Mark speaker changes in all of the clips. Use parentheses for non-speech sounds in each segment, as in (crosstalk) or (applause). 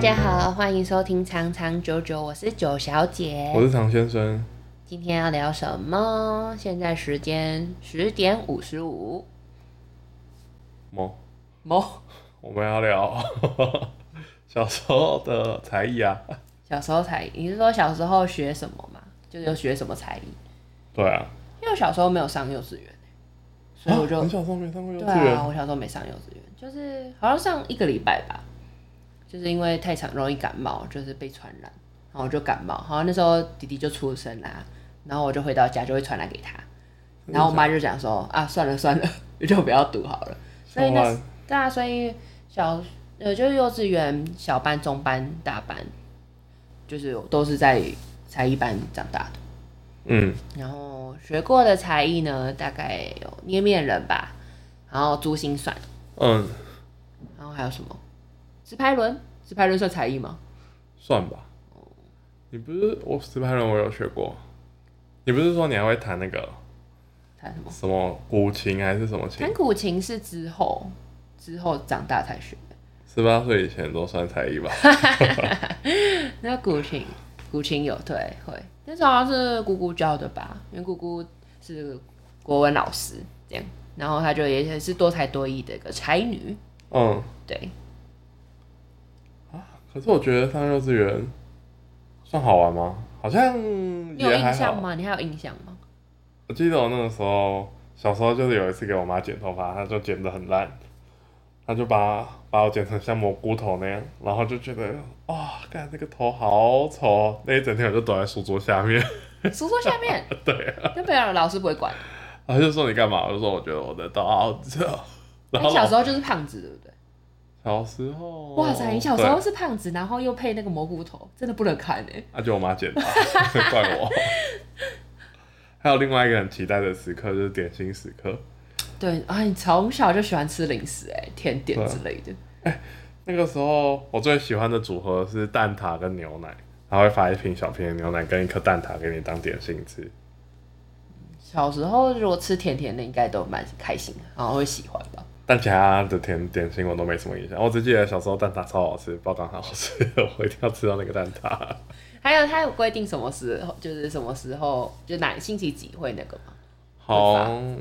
Speaker 1: 家好，欢迎收听长长久久，我是九小姐
Speaker 2: 我。是唐先生，
Speaker 1: 今天要聊什么？现在时间十点五十五。
Speaker 2: 某，
Speaker 1: 某
Speaker 2: 我们要聊 (laughs) 小时候的才艺啊。
Speaker 1: 小时候才艺，你是说小时候学什么嘛？就是有学什么才艺？
Speaker 2: 对啊，
Speaker 1: 因为我小时候没有上幼稚园、所以我就、
Speaker 2: 啊你小时候没上过幼
Speaker 1: 对
Speaker 2: 稚
Speaker 1: 啊，
Speaker 2: 园，
Speaker 1: 我小时候没上幼稚园，就是好像上一个礼拜吧，就是因为太常容易感冒，就是被传染，然后我就感冒，好像那时候弟弟就出生啦，然后我就回到家就会传染给他，然后我妈就讲说啊，算了算了， (laughs) 就不要读好了。所以
Speaker 2: 小
Speaker 1: 那
Speaker 2: 班
Speaker 1: 对啊，所以小呃就是幼稚园小班、中班、大班，就是都是在才艺班长大的。
Speaker 2: 嗯，
Speaker 1: 然后学过的才艺呢，大概有捏面人吧，然后珠心算，
Speaker 2: 嗯，
Speaker 1: 然后还有什么直排轮？直排轮算才艺吗？
Speaker 2: 算吧。你不是我石牌人，我有学过。你不是说你还会弹那个
Speaker 1: 弹什么？
Speaker 2: 什么古琴还是什么琴
Speaker 1: 弹？古琴是之后之后长大才学的。
Speaker 2: 十八岁以前都算才艺吧？
Speaker 1: 那古琴，古琴有对会，那时候好像是姑姑教的吧，因为姑姑是国文老师这样，然后她就也是多才多艺的一个才女，
Speaker 2: 嗯，
Speaker 1: 对，
Speaker 2: 可是我觉得上幼稚园算好玩吗？好像
Speaker 1: 你有
Speaker 2: 也还
Speaker 1: 印
Speaker 2: 好
Speaker 1: 象。吗？你还有印象吗？
Speaker 2: 我记得我那个时候小时候就是有一次给我妈剪头发，她就剪得很烂，她就把把我剪成像蘑菇头那样，然后就觉得哇，看、这个头好丑哦，那一整天我就躲在书桌下面， (laughs)
Speaker 1: 书桌下面，
Speaker 2: 对，
Speaker 1: 那不要老师不会管。
Speaker 2: 然后就说你干嘛？我就说我觉得我的头好丑。然
Speaker 1: 你
Speaker 2: 后
Speaker 1: 小时
Speaker 2: 候
Speaker 1: 候就是胖子，对不对？
Speaker 2: 小时候，
Speaker 1: 哇塞，你小时候
Speaker 2: 对
Speaker 1: 是胖子，然后又配那个蘑菇头，真的不能看哎、
Speaker 2: 啊，就我妈剪的啊， (laughs) 怪我。还有另外一个很期待的时刻就是点心时刻，
Speaker 1: 对啊，你从小就喜欢吃零食哎、甜点之类的。
Speaker 2: 那个时候我最喜欢的组合是蛋挞跟牛奶，他会发一瓶小瓶的牛奶跟一颗蛋挞给你当点心吃。
Speaker 1: 小时候如果吃甜甜的，应该都蛮开心的，然后会喜欢吧。
Speaker 2: 但其他的甜点心我都没什么印象，我只记得小时候蛋挞超好吃，爆肝好好吃， (laughs) 我一定要吃到那个蛋挞。
Speaker 1: 还有他有规定什么时候，就是什么时候，就哪星期几会那个吗？
Speaker 2: 好像，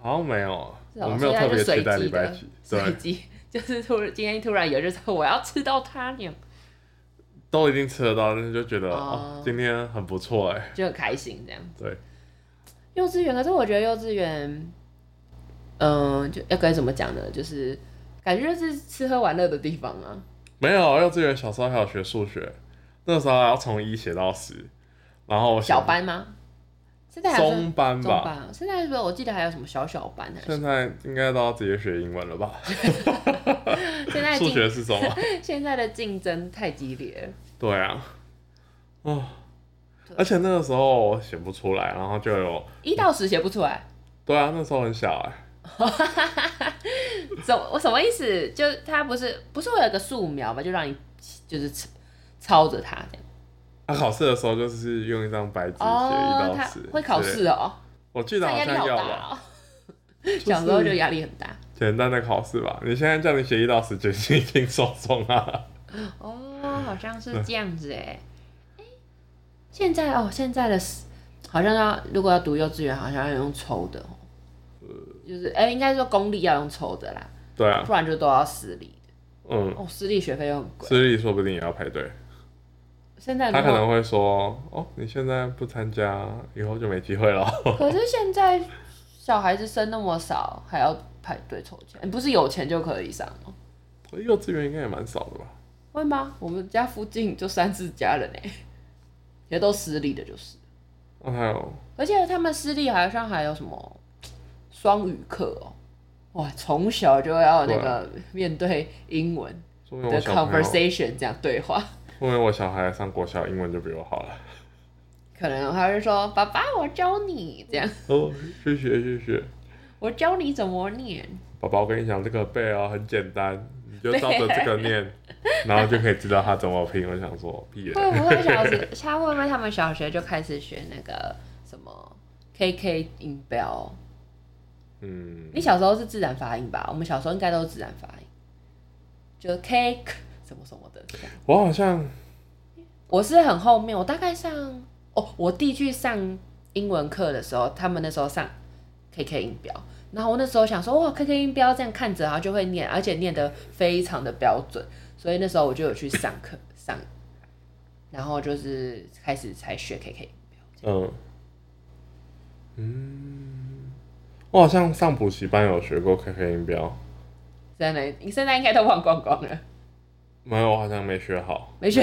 Speaker 2: 好像没有，啊
Speaker 1: 是
Speaker 2: 我
Speaker 1: 哦
Speaker 2: 没
Speaker 1: 所
Speaker 2: 有
Speaker 1: 以他
Speaker 2: 特
Speaker 1: 就
Speaker 2: 别期
Speaker 1: 随
Speaker 2: 待
Speaker 1: 机
Speaker 2: 礼拜
Speaker 1: 的
Speaker 2: 几，，
Speaker 1: 随
Speaker 2: 对，
Speaker 1: 机 (laughs) 就是突然今天突然有，就是我要吃到它那样，
Speaker 2: 都一定吃得到，但是就觉得
Speaker 1: 哦
Speaker 2: 哦今天很不错哎，
Speaker 1: 就很开心这样。
Speaker 2: 对，
Speaker 1: 幼稚园，可是我觉得幼稚园，嗯、就要该怎么讲呢？就是感觉就是吃喝玩乐的地方啊。
Speaker 2: 没有幼稚园小时候还有学数学，那时候还要从一写到十，然后我写
Speaker 1: 小班吗？现在还有
Speaker 2: 中班
Speaker 1: 中
Speaker 2: 吧，
Speaker 1: 班啊，现在是我记得还有什么小小班还是什
Speaker 2: 现
Speaker 1: 么？
Speaker 2: 在应该都要直接学英文了吧？
Speaker 1: 现在
Speaker 2: (laughs) 数
Speaker 1: 竞
Speaker 2: 学是什
Speaker 1: (laughs)
Speaker 2: 么？
Speaker 1: 现在的竞争太激烈了。
Speaker 2: 对啊，哦
Speaker 1: 对，
Speaker 2: 而且那个时候我写不出来，然后就有，
Speaker 1: 一到十写不出来，
Speaker 2: 对啊，那时候很小哎、
Speaker 1: 怎我什么意思？就他不是不是会有一个素描嘛，就让你就是抄抄着它这样。
Speaker 2: 他、啊考试的时候就是用一张白纸写一
Speaker 1: 哦，
Speaker 2: 到
Speaker 1: 他
Speaker 2: 十，
Speaker 1: 会考
Speaker 2: 对
Speaker 1: 试哦，
Speaker 2: 我记得
Speaker 1: 他
Speaker 2: 好
Speaker 1: 压力
Speaker 2: 像
Speaker 1: 好
Speaker 2: 要
Speaker 1: 大
Speaker 2: 吧，
Speaker 1: 哦。
Speaker 2: 就是
Speaker 1: 小时候就压力很大
Speaker 2: 简单的考试吧。你现在叫你写一到十，决 (laughs) 心轻松松啊。
Speaker 1: 哦，好像是这样子哎。哎现在哦，现在的是好像要如果要读幼稚园，好像要用抽的哦。就是哎、应该说公立要用抽的啦，
Speaker 2: 对啊，
Speaker 1: 不然就都要私立的。
Speaker 2: 嗯，
Speaker 1: 哦，私立学费又很贵。
Speaker 2: 私立说不定也要排队。
Speaker 1: 现在
Speaker 2: 他
Speaker 1: 如
Speaker 2: 可
Speaker 1: 果
Speaker 2: 能会说，哦，你现在不参加，以后就没机会了。 (laughs)
Speaker 1: 可是现在小孩子生那么少，还要排队抽签，不是有钱就可以上吗？
Speaker 2: 幼稚园应该也蛮少的吧？
Speaker 1: 会吗？我们家附近就三四家人哎、也都私立的，就是。
Speaker 2: 哦，还有
Speaker 1: 而且他们私立好像还有什么双语课哦，哇，从小就要那个面对英文
Speaker 2: 说明
Speaker 1: 的
Speaker 2: 啊我小朋友，说
Speaker 1: conversation 这样对话。
Speaker 2: 明我小孩上国小英文就比我好了。
Speaker 1: 可能他会说：“爸爸，我教你这样，
Speaker 2: 哦，谢谢谢谢，
Speaker 1: 我教你怎么念。
Speaker 2: 宝宝，我跟你讲这个背哦很简单，你就照着这个念，然后就可以知道他怎么拼。我想说，屁”嘞，
Speaker 1: 会不会小时他会不会他们小学就开始学那个什么 KK 音标？
Speaker 2: 嗯
Speaker 1: 你，小时候是自然发音吧？我们小时候应该都是自然发音，就 cake 什么什么的这样。
Speaker 2: 我好像
Speaker 1: 我是很后面，我大概上哦，我弟去上英文课的时候，他们那时候上 KK 音标，然后我那时候想说哇，KK 音标这样看着，然后就会念，而且念得非常的标准，所以那时候我就有去上
Speaker 2: (laughs)
Speaker 1: 课上，然后就是开始才学 KK 音标。
Speaker 2: 嗯，嗯，我好像上补习班有学过 KK 音标，
Speaker 1: 现在你现在应该都忘光光了，
Speaker 2: 没有，我好像没学好。
Speaker 1: 没学。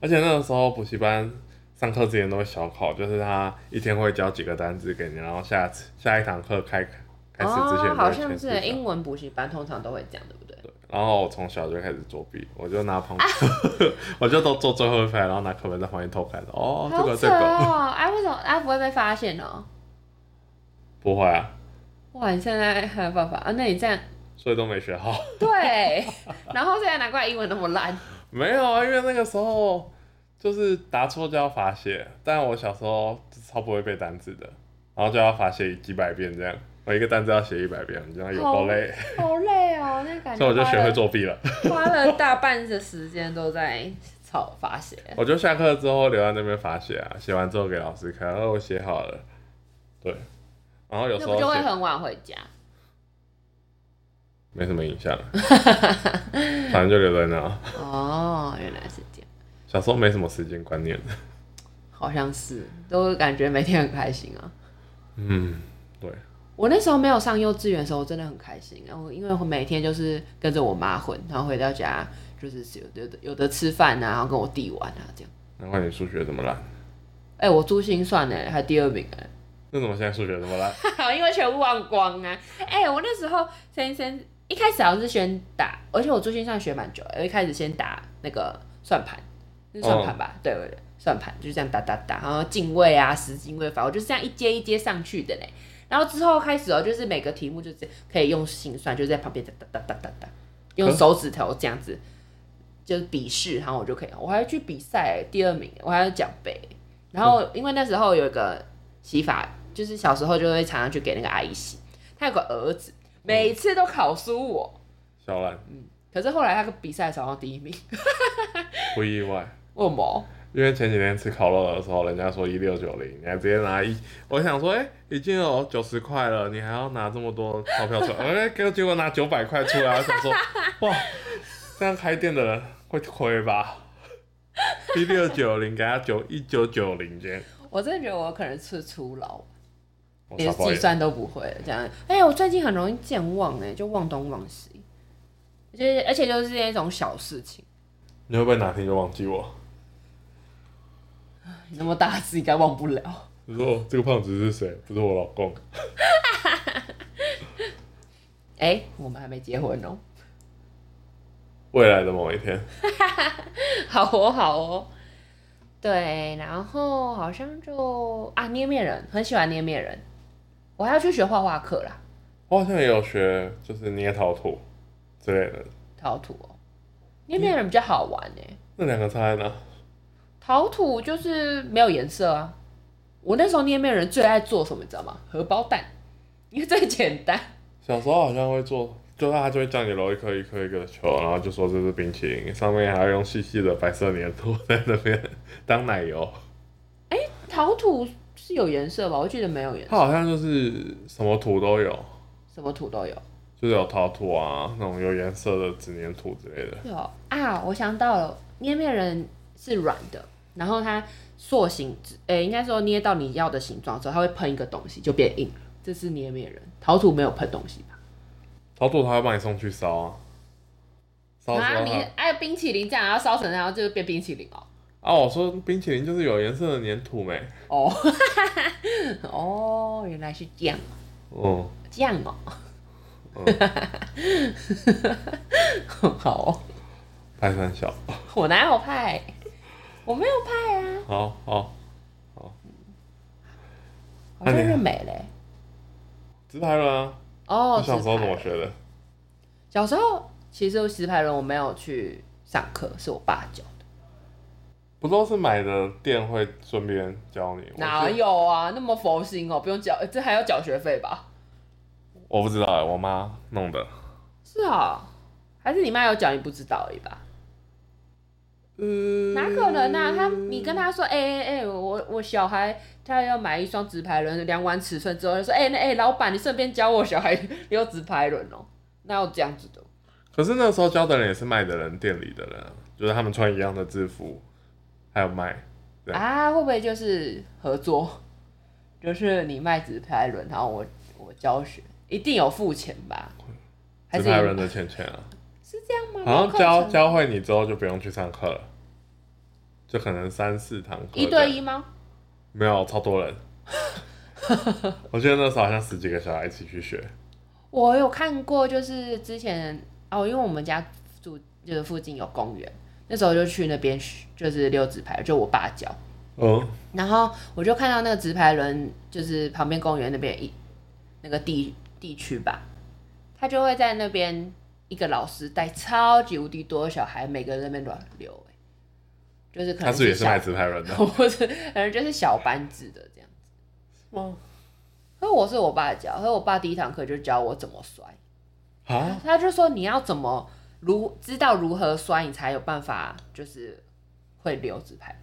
Speaker 2: 而且那个时候补习班上课之前都会小考，就是他一天会教几个单字给你，然后下次下一堂课开开始之
Speaker 1: 哦，
Speaker 2: 前都
Speaker 1: 好
Speaker 2: 会先
Speaker 1: 像
Speaker 2: 自
Speaker 1: 是
Speaker 2: 小。
Speaker 1: 英文补习班通常都会这样，对不对？
Speaker 2: 然后我从小就开始作弊，我就拿旁，
Speaker 1: 啊
Speaker 2: (laughs) 我就都坐最后一排，然后拿课本在旁边偷看。哦，这
Speaker 1: 好
Speaker 2: 个
Speaker 1: 扯
Speaker 2: 这个
Speaker 1: 哦！哎、为什么哎、不会被发现哦？
Speaker 2: 不会啊，
Speaker 1: 哇，你现在还有办法啊？那你这样
Speaker 2: 所以都没学好。 (laughs)
Speaker 1: 对， (laughs) 然后现在难怪英文那么烂。
Speaker 2: 没有啊，因为那个时候就是答错就要罚写，但我小时候超不会背单字的，然后就要罚写几百遍这样，我一个单字要写一百遍，你知道有
Speaker 1: 好
Speaker 2: 多累，
Speaker 1: 好累哦，那感觉
Speaker 2: 所以我就
Speaker 1: 花
Speaker 2: 学会
Speaker 1: 了
Speaker 2: 作弊了。
Speaker 1: 花了大半的时间都在吵发泄。
Speaker 2: 我就下课之后留在那边罚写啊，写完之后给老师看，然哦后我写好了，对，然后有时
Speaker 1: 那
Speaker 2: 候
Speaker 1: 不就会
Speaker 2: 写
Speaker 1: 很晚回
Speaker 2: (laughs)
Speaker 1: 家？
Speaker 2: 没什么影响，反正就留在那。啊
Speaker 1: 哦，原来是这样，
Speaker 2: 小时候没什么时间观念，
Speaker 1: 好像是，都感觉每天很开心啊。
Speaker 2: 嗯，对，
Speaker 1: 我那时候没有上幼稚园的时候，我真的很开心，然后因为我每天就是跟着我妈混，然后回到家就是有的有的吃饭啊，然后跟我弟玩啊这样。
Speaker 2: 难怪你数学这么烂，
Speaker 1: 哎、我珠心算呢，还第二名哎、
Speaker 2: 那怎么现在数学这么烂？
Speaker 1: (laughs) 因为全部忘光啊！哎、我那时候先先一开始好像是先打，而且我珠心算学蛮久的，我一开始先打那个算盘，是算盘吧？对对对，算盘就是这样打打打，然后进位啊、十进位法，我就是这样一阶一阶上去的嘞。然后之后开始哦、就是每个题目就是可以用心算，就是在旁边哒哒哒哒哒哒，用手指头这样子，就是笔试，然后我就可以，我还去比赛第二名，我还有奖杯。然后因为那时候有一个洗发，就是小时候就会常常去给那个阿姨洗。她有个儿子，每次都考输我，
Speaker 2: 小烂，
Speaker 1: 可是后来他比赛的时候好像第一名，
Speaker 2: 不意外。
Speaker 1: 为什么？
Speaker 2: 因为前几天吃烤肉的时候，人家说一六九零，你还直接拿一，我想说，哎、已经有九十块了，你还要拿这么多钞票出来， (laughs) 哎、结果结果拿九百块出来，我想说， (laughs) 哇，这样开店的人会亏吧？一六九零给他九一九九零这样，
Speaker 1: 我真的觉得我可能是初老，
Speaker 2: 我
Speaker 1: 连
Speaker 2: 傻爆
Speaker 1: 计
Speaker 2: 眼。
Speaker 1: 算都不会了这样。哎、我最近很容易健忘哎、就忘东忘西，就是而且就是那种小事情。
Speaker 2: 你会不会哪天就忘记我？
Speaker 1: 你那么大字应该忘不了。
Speaker 2: 你说哦这个胖子是谁？不是我老公。
Speaker 1: 哎、我们还没结婚哦、
Speaker 2: 未来的某一天，
Speaker 1: 好哦，好哦。对，然后好像就啊，捏面人很喜欢捏面人，我还要去学画画课啦，
Speaker 2: 我好哦像也有学，就是捏陶土之类的，
Speaker 1: 陶土哦、捏面人比较好玩哎、
Speaker 2: 那两个差在哪？
Speaker 1: 陶土就是没有颜色啊。我那时候捏面人最爱做什么，你知道吗？荷包蛋，因为最简单。
Speaker 2: 小时候好像会做，就是他就会叫你揉一颗一颗一个的球，然后就说这是冰淇淋，上面还要用细细的白色粘土在那边当奶油。
Speaker 1: 陶土是有颜色吧？我记得没有颜色，
Speaker 2: 它好像就是什么土都有，
Speaker 1: 什么土都有。
Speaker 2: 就是有陶土啊，那种有颜色的纸粘土之类的。
Speaker 1: 有啊，我想到了，捏面人是软的，然后它塑形，诶、应该说捏到你要的形状之后，它会喷一个东西就变硬，这是捏面人。陶土没有喷东西吧？
Speaker 2: 陶土他会帮你送去烧啊，烧之
Speaker 1: 啊，
Speaker 2: 后
Speaker 1: 你
Speaker 2: 它
Speaker 1: 还有冰淇淋这样，然后烧成，然后就变冰淇淋哦。
Speaker 2: 啊，我说冰淇淋就是有颜色的粘土没？
Speaker 1: 哦， (laughs) 哦，原来是这样，
Speaker 2: 嗯，
Speaker 1: 这样哦。 (laughs) 好哦，
Speaker 2: 拍三小，
Speaker 1: 我哪有派？我没有派啊，
Speaker 2: 好好，
Speaker 1: 好像是美嘞、
Speaker 2: 直拍轮啊，
Speaker 1: 哦
Speaker 2: 我，小时候
Speaker 1: 是派
Speaker 2: 怎么学的？
Speaker 1: 小时候其实石牌轮我没有去上课，是我爸教的。
Speaker 2: 不都是买的店会顺便教你？我记得
Speaker 1: 哪有啊，那么佛心哦，不用缴，呃这还要缴学费吧？
Speaker 2: 我不知道欸，我妈弄的。
Speaker 1: 是啊，还是你妈有讲你不知道而已吧？
Speaker 2: 嗯，
Speaker 1: 哪可能啊？他你跟他说，哎哎哎，我我小孩他要买一双直排轮，量完尺寸之后，他说，哎、那哎、老板，你顺便教我小孩溜直排轮哦。 (laughs) 哪有这样子的？
Speaker 2: 可是那时候教的人也是卖的人，店里的人啊，就是他们穿一样的制服，还有卖。对
Speaker 1: 啊，会不会就是合作？就是你卖直排轮，然后我我教学，一定有付钱吧？还
Speaker 2: 直
Speaker 1: 是
Speaker 2: 拍人的钱钱啊，
Speaker 1: 是这样吗？
Speaker 2: 好
Speaker 1: 没
Speaker 2: 像
Speaker 1: 有课
Speaker 2: 教
Speaker 1: 程
Speaker 2: 教会你之后就不用去上课了，就可能三四堂课
Speaker 1: 一对
Speaker 2: 这样
Speaker 1: 一吗？
Speaker 2: 没有超多人。 (laughs) 我记得那时候好像十几个小孩一起去学，
Speaker 1: 我有看过，就是之前哦，因为我们家住就是附近有公园，那时候就去那边学就是溜直排，就我爸教，
Speaker 2: 嗯，
Speaker 1: 然后我就看到那个直排轮，就是旁边公园那边一那个地地区吧，他就会在那边一个老师带超级无敌多的小孩，每个人在那边乱溜、欸就是可
Speaker 2: 他
Speaker 1: 能
Speaker 2: 是不是也是
Speaker 1: 小
Speaker 2: 卖，直
Speaker 1: (laughs)
Speaker 2: 拍人的
Speaker 1: 或者可能就是小班制的这样。
Speaker 2: 吗？
Speaker 1: 可是我是我爸教，可是我爸第一堂课就教我怎么摔。
Speaker 2: 啊，
Speaker 1: 他就说你要怎么如知道如何摔，你才有办法就是会溜直排轮。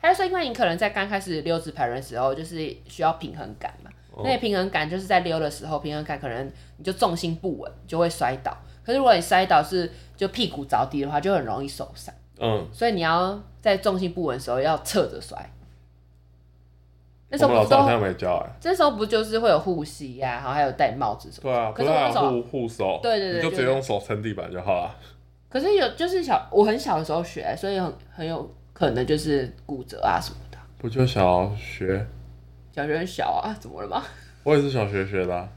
Speaker 1: 他就说，因为你可能在刚开始溜直排轮的时候，就是需要平衡感嘛。
Speaker 2: 哦
Speaker 1: 那你平衡感就是在溜的时候，平衡感可能你就重心不稳，就会摔倒。可是如果你摔倒是就屁股着地的话，就很容易受伤。
Speaker 2: 嗯，
Speaker 1: 所以你要在重心不稳的时候要侧着摔。那时
Speaker 2: 我
Speaker 1: 候
Speaker 2: 们
Speaker 1: 不是
Speaker 2: 老师好
Speaker 1: 都
Speaker 2: 像没教哎、
Speaker 1: 这时候不就是会有护膝呀、然后还有戴帽子什么的？
Speaker 2: 对啊，
Speaker 1: 可
Speaker 2: 不
Speaker 1: 是
Speaker 2: 是
Speaker 1: 我
Speaker 2: 还
Speaker 1: 那时候
Speaker 2: 有护护手，
Speaker 1: 对对对
Speaker 2: 你就直接
Speaker 1: 对对
Speaker 2: 用手撑地板就好了。
Speaker 1: 可是有就是小，我很小的时候学，所以很很有可能就是骨折啊什么的。
Speaker 2: 不就小学？
Speaker 1: 小学很小啊，怎么了嘛？
Speaker 2: 我也是小学学的啊、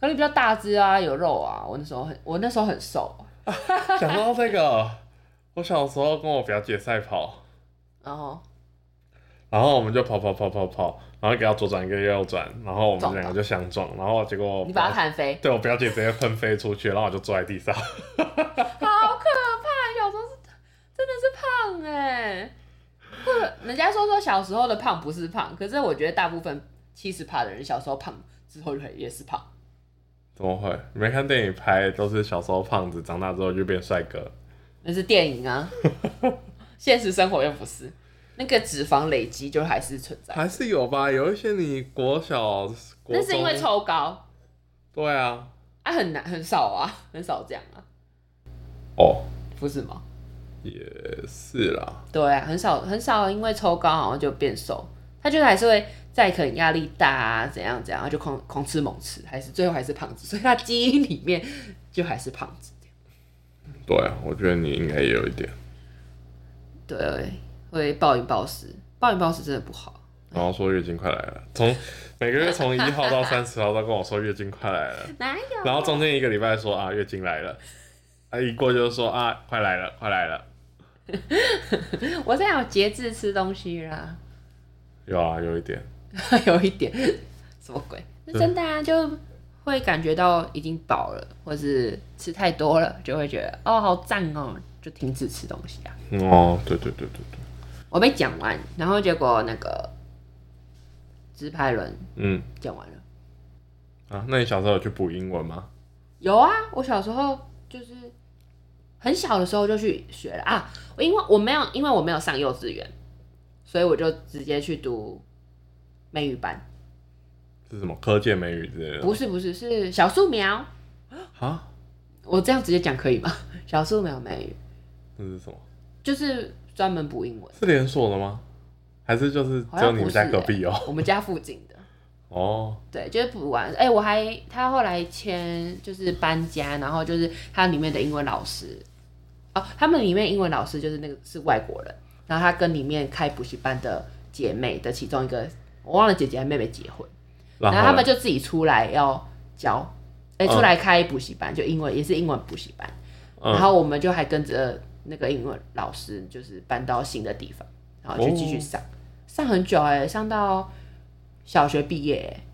Speaker 1: 可能比较大只啊，有肉啊。我那时候很，我那时候很瘦啊，
Speaker 2: 讲到这个，我小时候跟我表姐赛跑，
Speaker 1: 然后
Speaker 2: 然后我们就跑跑跑跑跑，然后给她左转一个右转，然后我们两个就相撞，然后结果我
Speaker 1: 哦你把它
Speaker 2: 表
Speaker 1: 弹飞，
Speaker 2: 对我表姐直接喷飞出去，然后我就坐在地上。 (laughs)
Speaker 1: 好可怕！小时候是真的是胖哎、或者人家说说小时候的胖不是胖，可是我觉得大部分七十趴的人小时候胖之后就很也是胖。
Speaker 2: 怎么会？你没看电影拍都是小时候胖子，长大之后就变帅哥。
Speaker 1: 那是电影
Speaker 2: (laughs)
Speaker 1: 啊，现实生活又不是，那个脂肪累积就还是存在。
Speaker 2: 还是有吧，有一些你国小、国
Speaker 1: 那是因为
Speaker 2: 中
Speaker 1: 抽高
Speaker 2: 对啊，
Speaker 1: 啊，很难很少啊，很少这样啊，
Speaker 2: 哦，
Speaker 1: 不是吗？
Speaker 2: 也是啦，
Speaker 1: 对啊，很少很少，因为抽高好像就变瘦，他就还是会再可能压力大啊，怎样怎样，就狂狂吃猛吃，还是最后还是胖子，所以他基因里面就还是胖子。
Speaker 2: 对啊，我觉得你应该也有一点。
Speaker 1: 对，会暴饮暴食，暴饮暴食真的不好。
Speaker 2: 然后说月经快来了，从每个月从一号到三十号都跟我说月经快来了，
Speaker 1: (laughs) 哪有？
Speaker 2: 然后中间一个礼拜说啊月经来了，啊一过就说啊快来了快来了，
Speaker 1: 我现在有节制吃东西啦，
Speaker 2: 有啊有一点，
Speaker 1: (laughs) 有一点什么鬼？那真的啊，就会感觉到已经饱了，或是吃太多了，就会觉得哦好胀哦，就停止吃东西啊。
Speaker 2: 嗯哦对对对对对，
Speaker 1: 我被讲完，然后结果那个直排轮
Speaker 2: 嗯
Speaker 1: 讲完了。
Speaker 2: 啊，那你小时候有去补英文吗？
Speaker 1: 有啊，我小时候就是很小的时候就去学了啊。我因为我没有，因为我没有上幼稚园，所以我就直接去读美语班。
Speaker 2: 是什么科建美语之类的
Speaker 1: 不是不是，是小树苗。
Speaker 2: 啊？
Speaker 1: 我这样直接讲可以吗？小树苗美语
Speaker 2: 那是什么？
Speaker 1: 就是专门补英文，
Speaker 2: 是连锁的吗？还是就是
Speaker 1: 好
Speaker 2: 只有
Speaker 1: 像
Speaker 2: 你
Speaker 1: 不
Speaker 2: 们
Speaker 1: 是、
Speaker 2: 家隔壁哦有？
Speaker 1: 欸我们家附近的。
Speaker 2: 哦，
Speaker 1: 对，就是补完，哎、我还他后来签就是搬家，然后就是他里面的英文老师，哦，他们里面英文老师就是那个是外国人，然后他跟里面开补习班的姐妹的其中一个，我忘了姐姐还妹妹结婚，
Speaker 2: 然
Speaker 1: 后他们就
Speaker 2: 嘞
Speaker 1: 自己出来要教，哎、
Speaker 2: 啊嗯
Speaker 1: 出来开补习班，就英文也是英文补习班，
Speaker 2: 嗯
Speaker 1: 然后我们就还跟着那个英文老师，就是搬到新的地方，然后就继续
Speaker 2: 哦
Speaker 1: 上，上很久哎、上到小学毕业、哎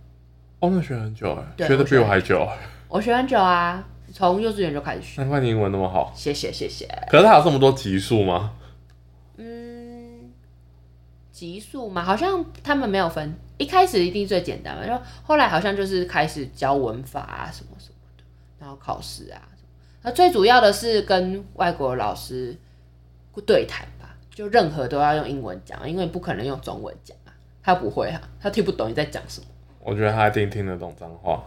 Speaker 2: 哦，那学很久哎，
Speaker 1: 对
Speaker 2: 学的
Speaker 1: 我
Speaker 2: 比
Speaker 1: 学
Speaker 2: 我还久，
Speaker 1: 我学很久啊，从幼稚园就开始学。
Speaker 2: 难怪你英文那么好。
Speaker 1: 谢谢谢谢。
Speaker 2: 可是它有这么多级数吗？
Speaker 1: 嗯，级数嘛，好像他们没有分，一开始一定最简单嘛，然后后来好像就是开始教文法啊什么什么的，然后考试啊什么，那最主要的是跟外国老师对谈吧，就任何都要用英文讲，因为不可能用中文讲啊，他不会啊，他听不懂你在讲什么。
Speaker 2: 我觉得他一定听得懂脏话。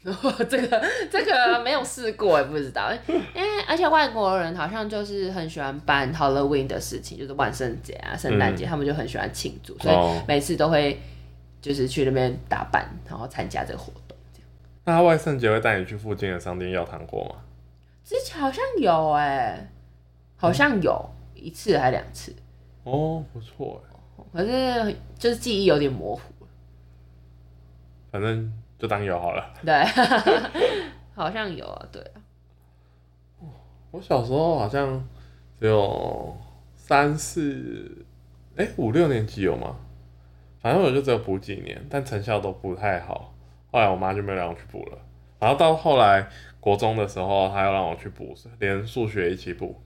Speaker 1: 这个这个没有试过，也不知道。因为而且外国人好像就是很喜欢办 Halloween 的事情，就是万圣节啊、圣诞节，他们就很喜欢庆祝，所
Speaker 2: 嗯哦
Speaker 1: 以每次都会就是去那边打扮，然后参加这个活动。这样
Speaker 2: 那他万圣节会带你去附近的商店要糖果吗？
Speaker 1: 之前好像有哎、好像有一次还两次，
Speaker 2: 哦，不错哎，
Speaker 1: 可是就是记忆有点模糊。
Speaker 2: 反正就当有好了。
Speaker 1: 对， (laughs) 好像有啊，对啊，
Speaker 2: 我小时候好像只有三四，哎、五六年级有吗？反正我就只有补几年，但成效都不太好。后来我妈就没有让我去补了。然后到后来国中的时候，她又让我去补，连数学一起补。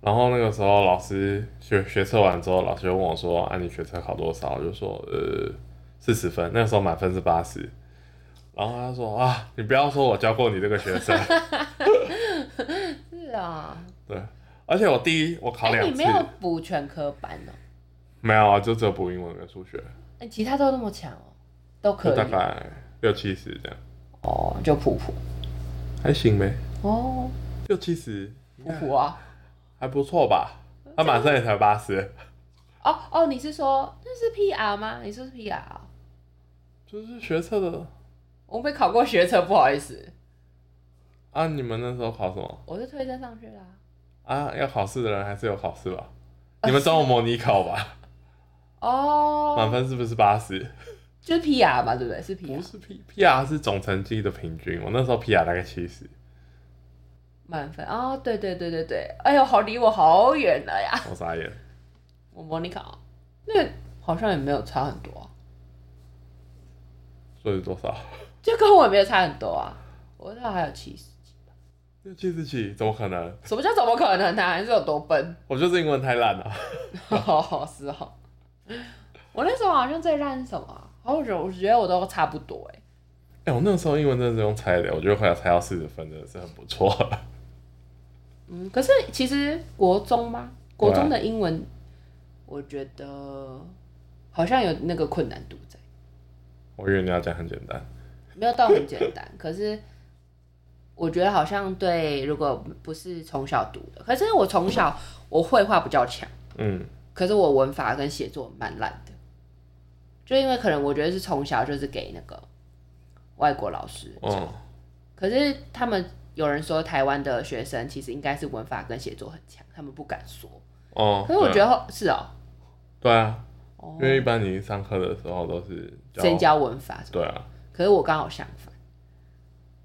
Speaker 2: 然后那个时候老师学学测完之后，老师就问我说：“啊，你学测考多少？”我就说：“呃，四十分。”那个时候满分是八十。然后他说：“啊，你不要说我教过你这个学生。”
Speaker 1: 是啊。
Speaker 2: 对，而且我第一我考
Speaker 1: 哎、
Speaker 2: 两次，
Speaker 1: 你没有补全科班哦、
Speaker 2: 没有啊，就只有补英文跟数学，
Speaker 1: 哎，其他都那么强哦、都可
Speaker 2: 就大
Speaker 1: 以
Speaker 2: 概六七十这样，
Speaker 1: 哦，就普普
Speaker 2: 还行呗，
Speaker 1: 哦，
Speaker 2: 六七十
Speaker 1: 普普啊，
Speaker 2: 还不错吧？他马上也才八十，
Speaker 1: 哦哦，你是说那是 PR 吗？你说是 PR？、哦、
Speaker 2: 就是学测的
Speaker 1: 我没考过学测，不好意思，
Speaker 2: 啊。你们那时候考什么
Speaker 1: 我是推甄上去啦、
Speaker 2: 啊？要考试的人还是有考试吧？你们中午模拟考
Speaker 1: (laughs)
Speaker 2: 吧？满
Speaker 1: 哦，
Speaker 2: 分是不是八十？
Speaker 1: 就是 PR 嘛，对不对？是
Speaker 2: 不
Speaker 1: PR
Speaker 2: 是 P P R 是总成绩的平均，我那时候 P R 大概七十，
Speaker 1: 满分哦，对对对对对，哎呦，好离我好远了呀！
Speaker 2: 我傻眼。
Speaker 1: 我模拟考，那好像也没有差很多、啊，
Speaker 2: 所以多少？
Speaker 1: 就跟我也没有差很多啊，我那还有七十。
Speaker 2: 六七十几？怎么可能？
Speaker 1: 什么叫怎么可能呢、啊？你是有多笨？ (laughs)
Speaker 2: 我就是英文太烂了、啊
Speaker 1: 哦，是哦。我那时候好像最烂是什么啊？然后我觉得我觉得我都差不多哎、
Speaker 2: 哎、我那个时候英文真的是用猜的，我觉得后来猜到四十分真的是很不错。 (laughs)
Speaker 1: 嗯，可是其实国中吗？国中的英文，我觉得好像有那个困难度在，
Speaker 2: 我以为你要讲很简单，
Speaker 1: 没有到很简单。 (laughs) 可是我觉得好像对，如果不是从小读的，可是我从小我绘画比较强，
Speaker 2: 嗯，
Speaker 1: 可是我文法跟写作蛮烂的，就因为可能我觉得是从小就是给那个外国老师
Speaker 2: 哦，
Speaker 1: 可是他们有人说，台湾的学生其实应该是文法跟写作很强，他们不敢说。
Speaker 2: 哦，
Speaker 1: 可是我觉
Speaker 2: 对
Speaker 1: 得
Speaker 2: 啊
Speaker 1: 后是哦，
Speaker 2: 对啊，
Speaker 1: 哦
Speaker 2: 因为一般你上课的时候都是
Speaker 1: 先教文法，
Speaker 2: 对啊，
Speaker 1: 可是我刚好相反。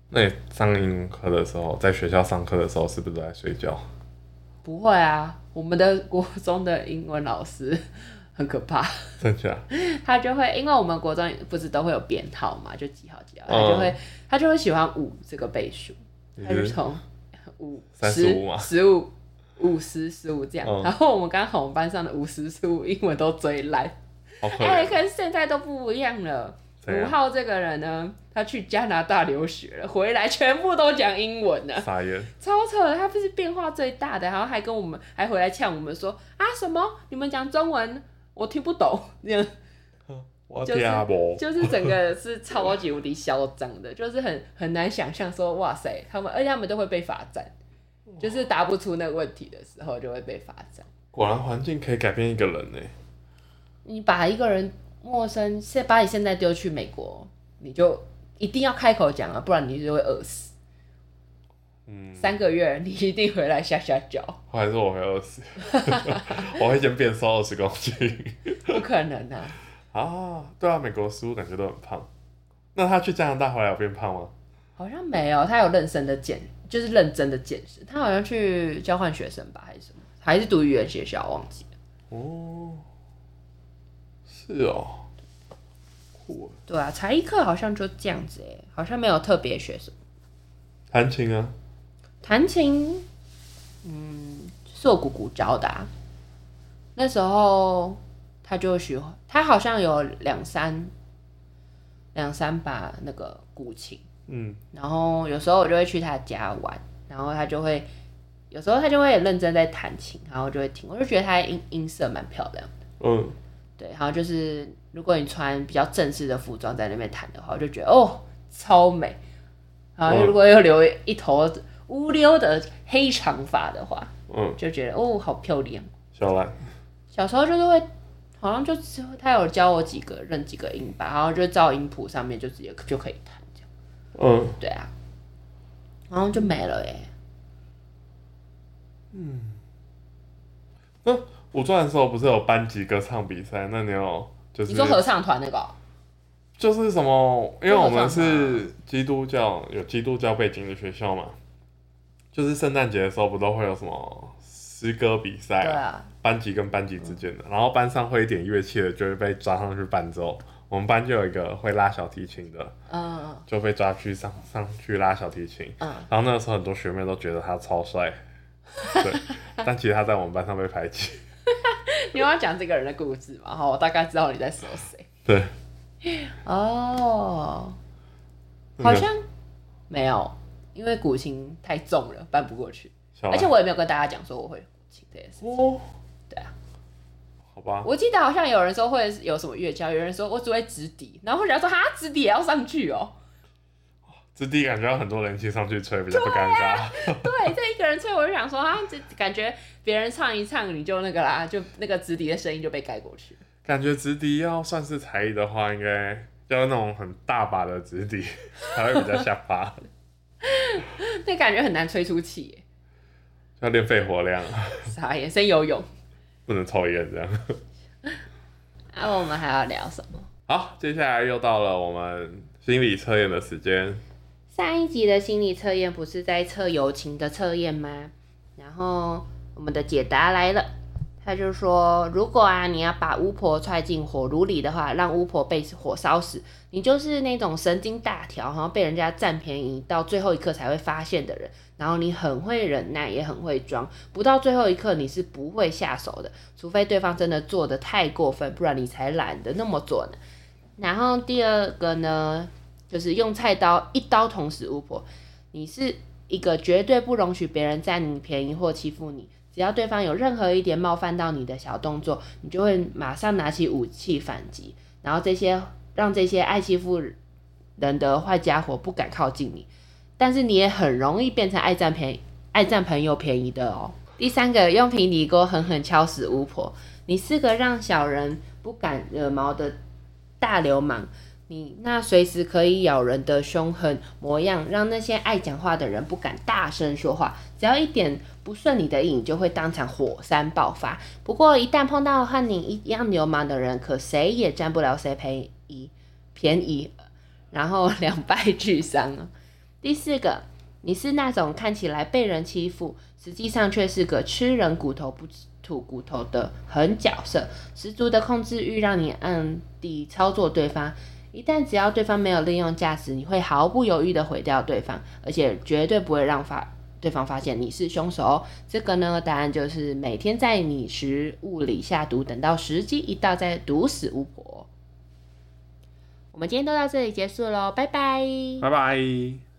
Speaker 2: 那你上英文课的时候，在学校上课的时候是不是都在睡觉？
Speaker 1: 不会啊，我们的国中的英文老师 (laughs) 很可怕，
Speaker 2: 真假？
Speaker 1: 他就会因为我们国中不是都会有编号嘛，就几号几号，
Speaker 2: 嗯
Speaker 1: 他就会、他就会喜欢五这个倍数，
Speaker 2: 你
Speaker 1: 他就是从五
Speaker 2: 35嘛
Speaker 1: 十五。五十十五这样，
Speaker 2: 嗯
Speaker 1: 然后我们刚好我们班上的五十十五英文都最烂，
Speaker 2: 好可
Speaker 1: 哎、
Speaker 2: 怜，
Speaker 1: 可是现在都不一样了。
Speaker 2: 怎
Speaker 1: 五
Speaker 2: 样
Speaker 1: 号这个人呢，他去加拿大留学了，回来全部都讲英文呢、
Speaker 2: 傻眼，
Speaker 1: 超扯的！他不是变化最大的，然后还跟我们还回来呛我们说啊什么？你们讲中文我听不懂，这样
Speaker 2: (laughs) 我
Speaker 1: 就是
Speaker 2: 听不
Speaker 1: (laughs) 就是整个是超级无敌嚣张的，就是很很难想象说哇塞，他们而且他们都会被罚站，就是答不出那个问题的时候就会被罚站。
Speaker 2: 果然环境可以改变一个人呢、
Speaker 1: 你把一个人陌生，现把你现在丢去美国，你就一定要开口讲啊，不然你就会饿死。
Speaker 2: 嗯，
Speaker 1: 三个月你一定回来下下脚，
Speaker 2: 我还是我会饿死， (laughs) 我会先变瘦二十公斤
Speaker 1: 不可能啊！
Speaker 2: 啊！对啊，美国食物感觉都很胖。那他去加拿大回来有变胖吗？
Speaker 1: 好像没有，他有认真的健，就是认真的健身。他好像去交换学生吧，还是什么，还是读语言学校，忘记了。
Speaker 2: 哦，是哦，酷欸耶，
Speaker 1: 对啊，才艺课好像就这样子哎、好像没有特别学什么。
Speaker 2: 弹琴啊，
Speaker 1: 弹琴，嗯，是我姑姑教的、啊。那时候他就学，他好像有两三两三把那个古琴，
Speaker 2: 嗯
Speaker 1: 然后有时候我就会去他家玩，然后他就会有时候他就会很认真在弹琴，然后我就会听，我就觉得他的音音色蛮漂亮的。
Speaker 2: 嗯，
Speaker 1: 对，然后就是如果你穿比较正式的服装在那边弹的话，我就觉得哦超美。然后如果又留一头乌溜的黑长发的话，
Speaker 2: 嗯，
Speaker 1: 就觉得哦好漂亮。
Speaker 2: 小兰，
Speaker 1: 小时候就是会，好像就只他有教我几个认几个音吧，然后就照音谱上面就直接就可以弹这样。
Speaker 2: 嗯，
Speaker 1: 对啊，然后就没了耶。
Speaker 2: 五专的时候不是有班级歌唱比赛？那你有就是
Speaker 1: 你说合唱团那个哦、
Speaker 2: 就是什么？因为我们
Speaker 1: 就合唱
Speaker 2: 是基督教，有基督教背景的学校嘛，就是圣诞节的时候不都会有什么诗歌比赛、
Speaker 1: 对啊，
Speaker 2: 班级跟班级之间
Speaker 1: 嗯
Speaker 2: 的，然后班上会一点乐器的就会被抓上去伴奏。我们班就有一个会拉小提琴的，
Speaker 1: 嗯
Speaker 2: 就被抓去上上去拉小提琴。
Speaker 1: 嗯，
Speaker 2: 然后那个时候很多学妹都觉得他
Speaker 1: (laughs)
Speaker 2: 超帅，对，但其实他在我们班上被
Speaker 1: (laughs)
Speaker 2: 排挤。
Speaker 1: 你有要讲这个人的故事嘛？好，我大概知道你在说谁。
Speaker 2: 对，
Speaker 1: 哦，好像没有，因为古琴太重了，搬不过去。
Speaker 2: 小兰
Speaker 1: 而且我也没有跟大家讲说我会古琴这件事。
Speaker 2: 哦，
Speaker 1: 对啊，
Speaker 2: 好吧，
Speaker 1: 我记得好像有人说会有什么乐教，有人说我只会直笛，然后人家说哈直笛也要上去
Speaker 2: (laughs)
Speaker 1: 哦。
Speaker 2: 这第一感觉要很多人一起上去吹，比较不尴尬。
Speaker 1: 对，这一个人吹，我就想说啊，这感觉别人唱一唱你就那个啦，就那个直笛的声音就被盖过去。
Speaker 2: 感觉直笛要算是才艺的话，应该要那种很大把的直
Speaker 1: (laughs)
Speaker 2: 笛才会比较下巴，
Speaker 1: 那感觉很难吹出气耶，
Speaker 2: 要练肺活量，
Speaker 1: 傻眼，先游泳。
Speaker 2: 不能抽烟这样。
Speaker 1: 啊，我们还要聊什么？
Speaker 2: 好，接下来又到了我们心理测验的时间。
Speaker 1: 上一集的心理测验不是在测友情的测验吗？然后我们的解答来了，他就说，如果啊你要把巫婆踹进火炉里的话，让巫婆被火烧死，你就是那种神经大条，然后被人家占便宜，到最后一刻才会发现的人。然后你很会忍耐，也很会装，不到最后一刻你是不会下手的，除非对方真的做的太过分，不然你才懒得那么做呢。然后第二个呢，就是用菜刀一刀捅死巫婆。你是一个绝对不容许别人占你便宜或欺负你，只要对方有任何一点冒犯到你的小动作，你就会马上拿起武器反击，然后这些让这些爱欺负人的坏家伙不敢靠近你。但是你也很容易变成爱占便宜、爱占朋友便宜的哦。第三个，用平底锅狠狠敲死巫婆，你是个让小人不敢惹毛的大流氓。你那随时可以咬人的凶狠模样，让那些爱讲话的人不敢大声说话。只要一点不顺你的意，你就会当场火山爆发。不过，一旦碰到和你一样流氓的人，可谁也占不了谁便宜，便宜，然后 (laughs) 两败俱伤啊。第四个，你是那种看起来被人欺负，实际上却是个吃人骨头不吐骨头的狠角色，十足的控制欲让你暗地操作对方。一旦只要对方没有利用价值，你会毫不犹豫的毁掉对方，而且绝对不会让发对方发现你是凶手哦。这个呢，答案就是每天在你食物里下毒，等到时机一到再毒死巫婆。我们今天都到这里结束喽，拜拜。
Speaker 2: 拜拜。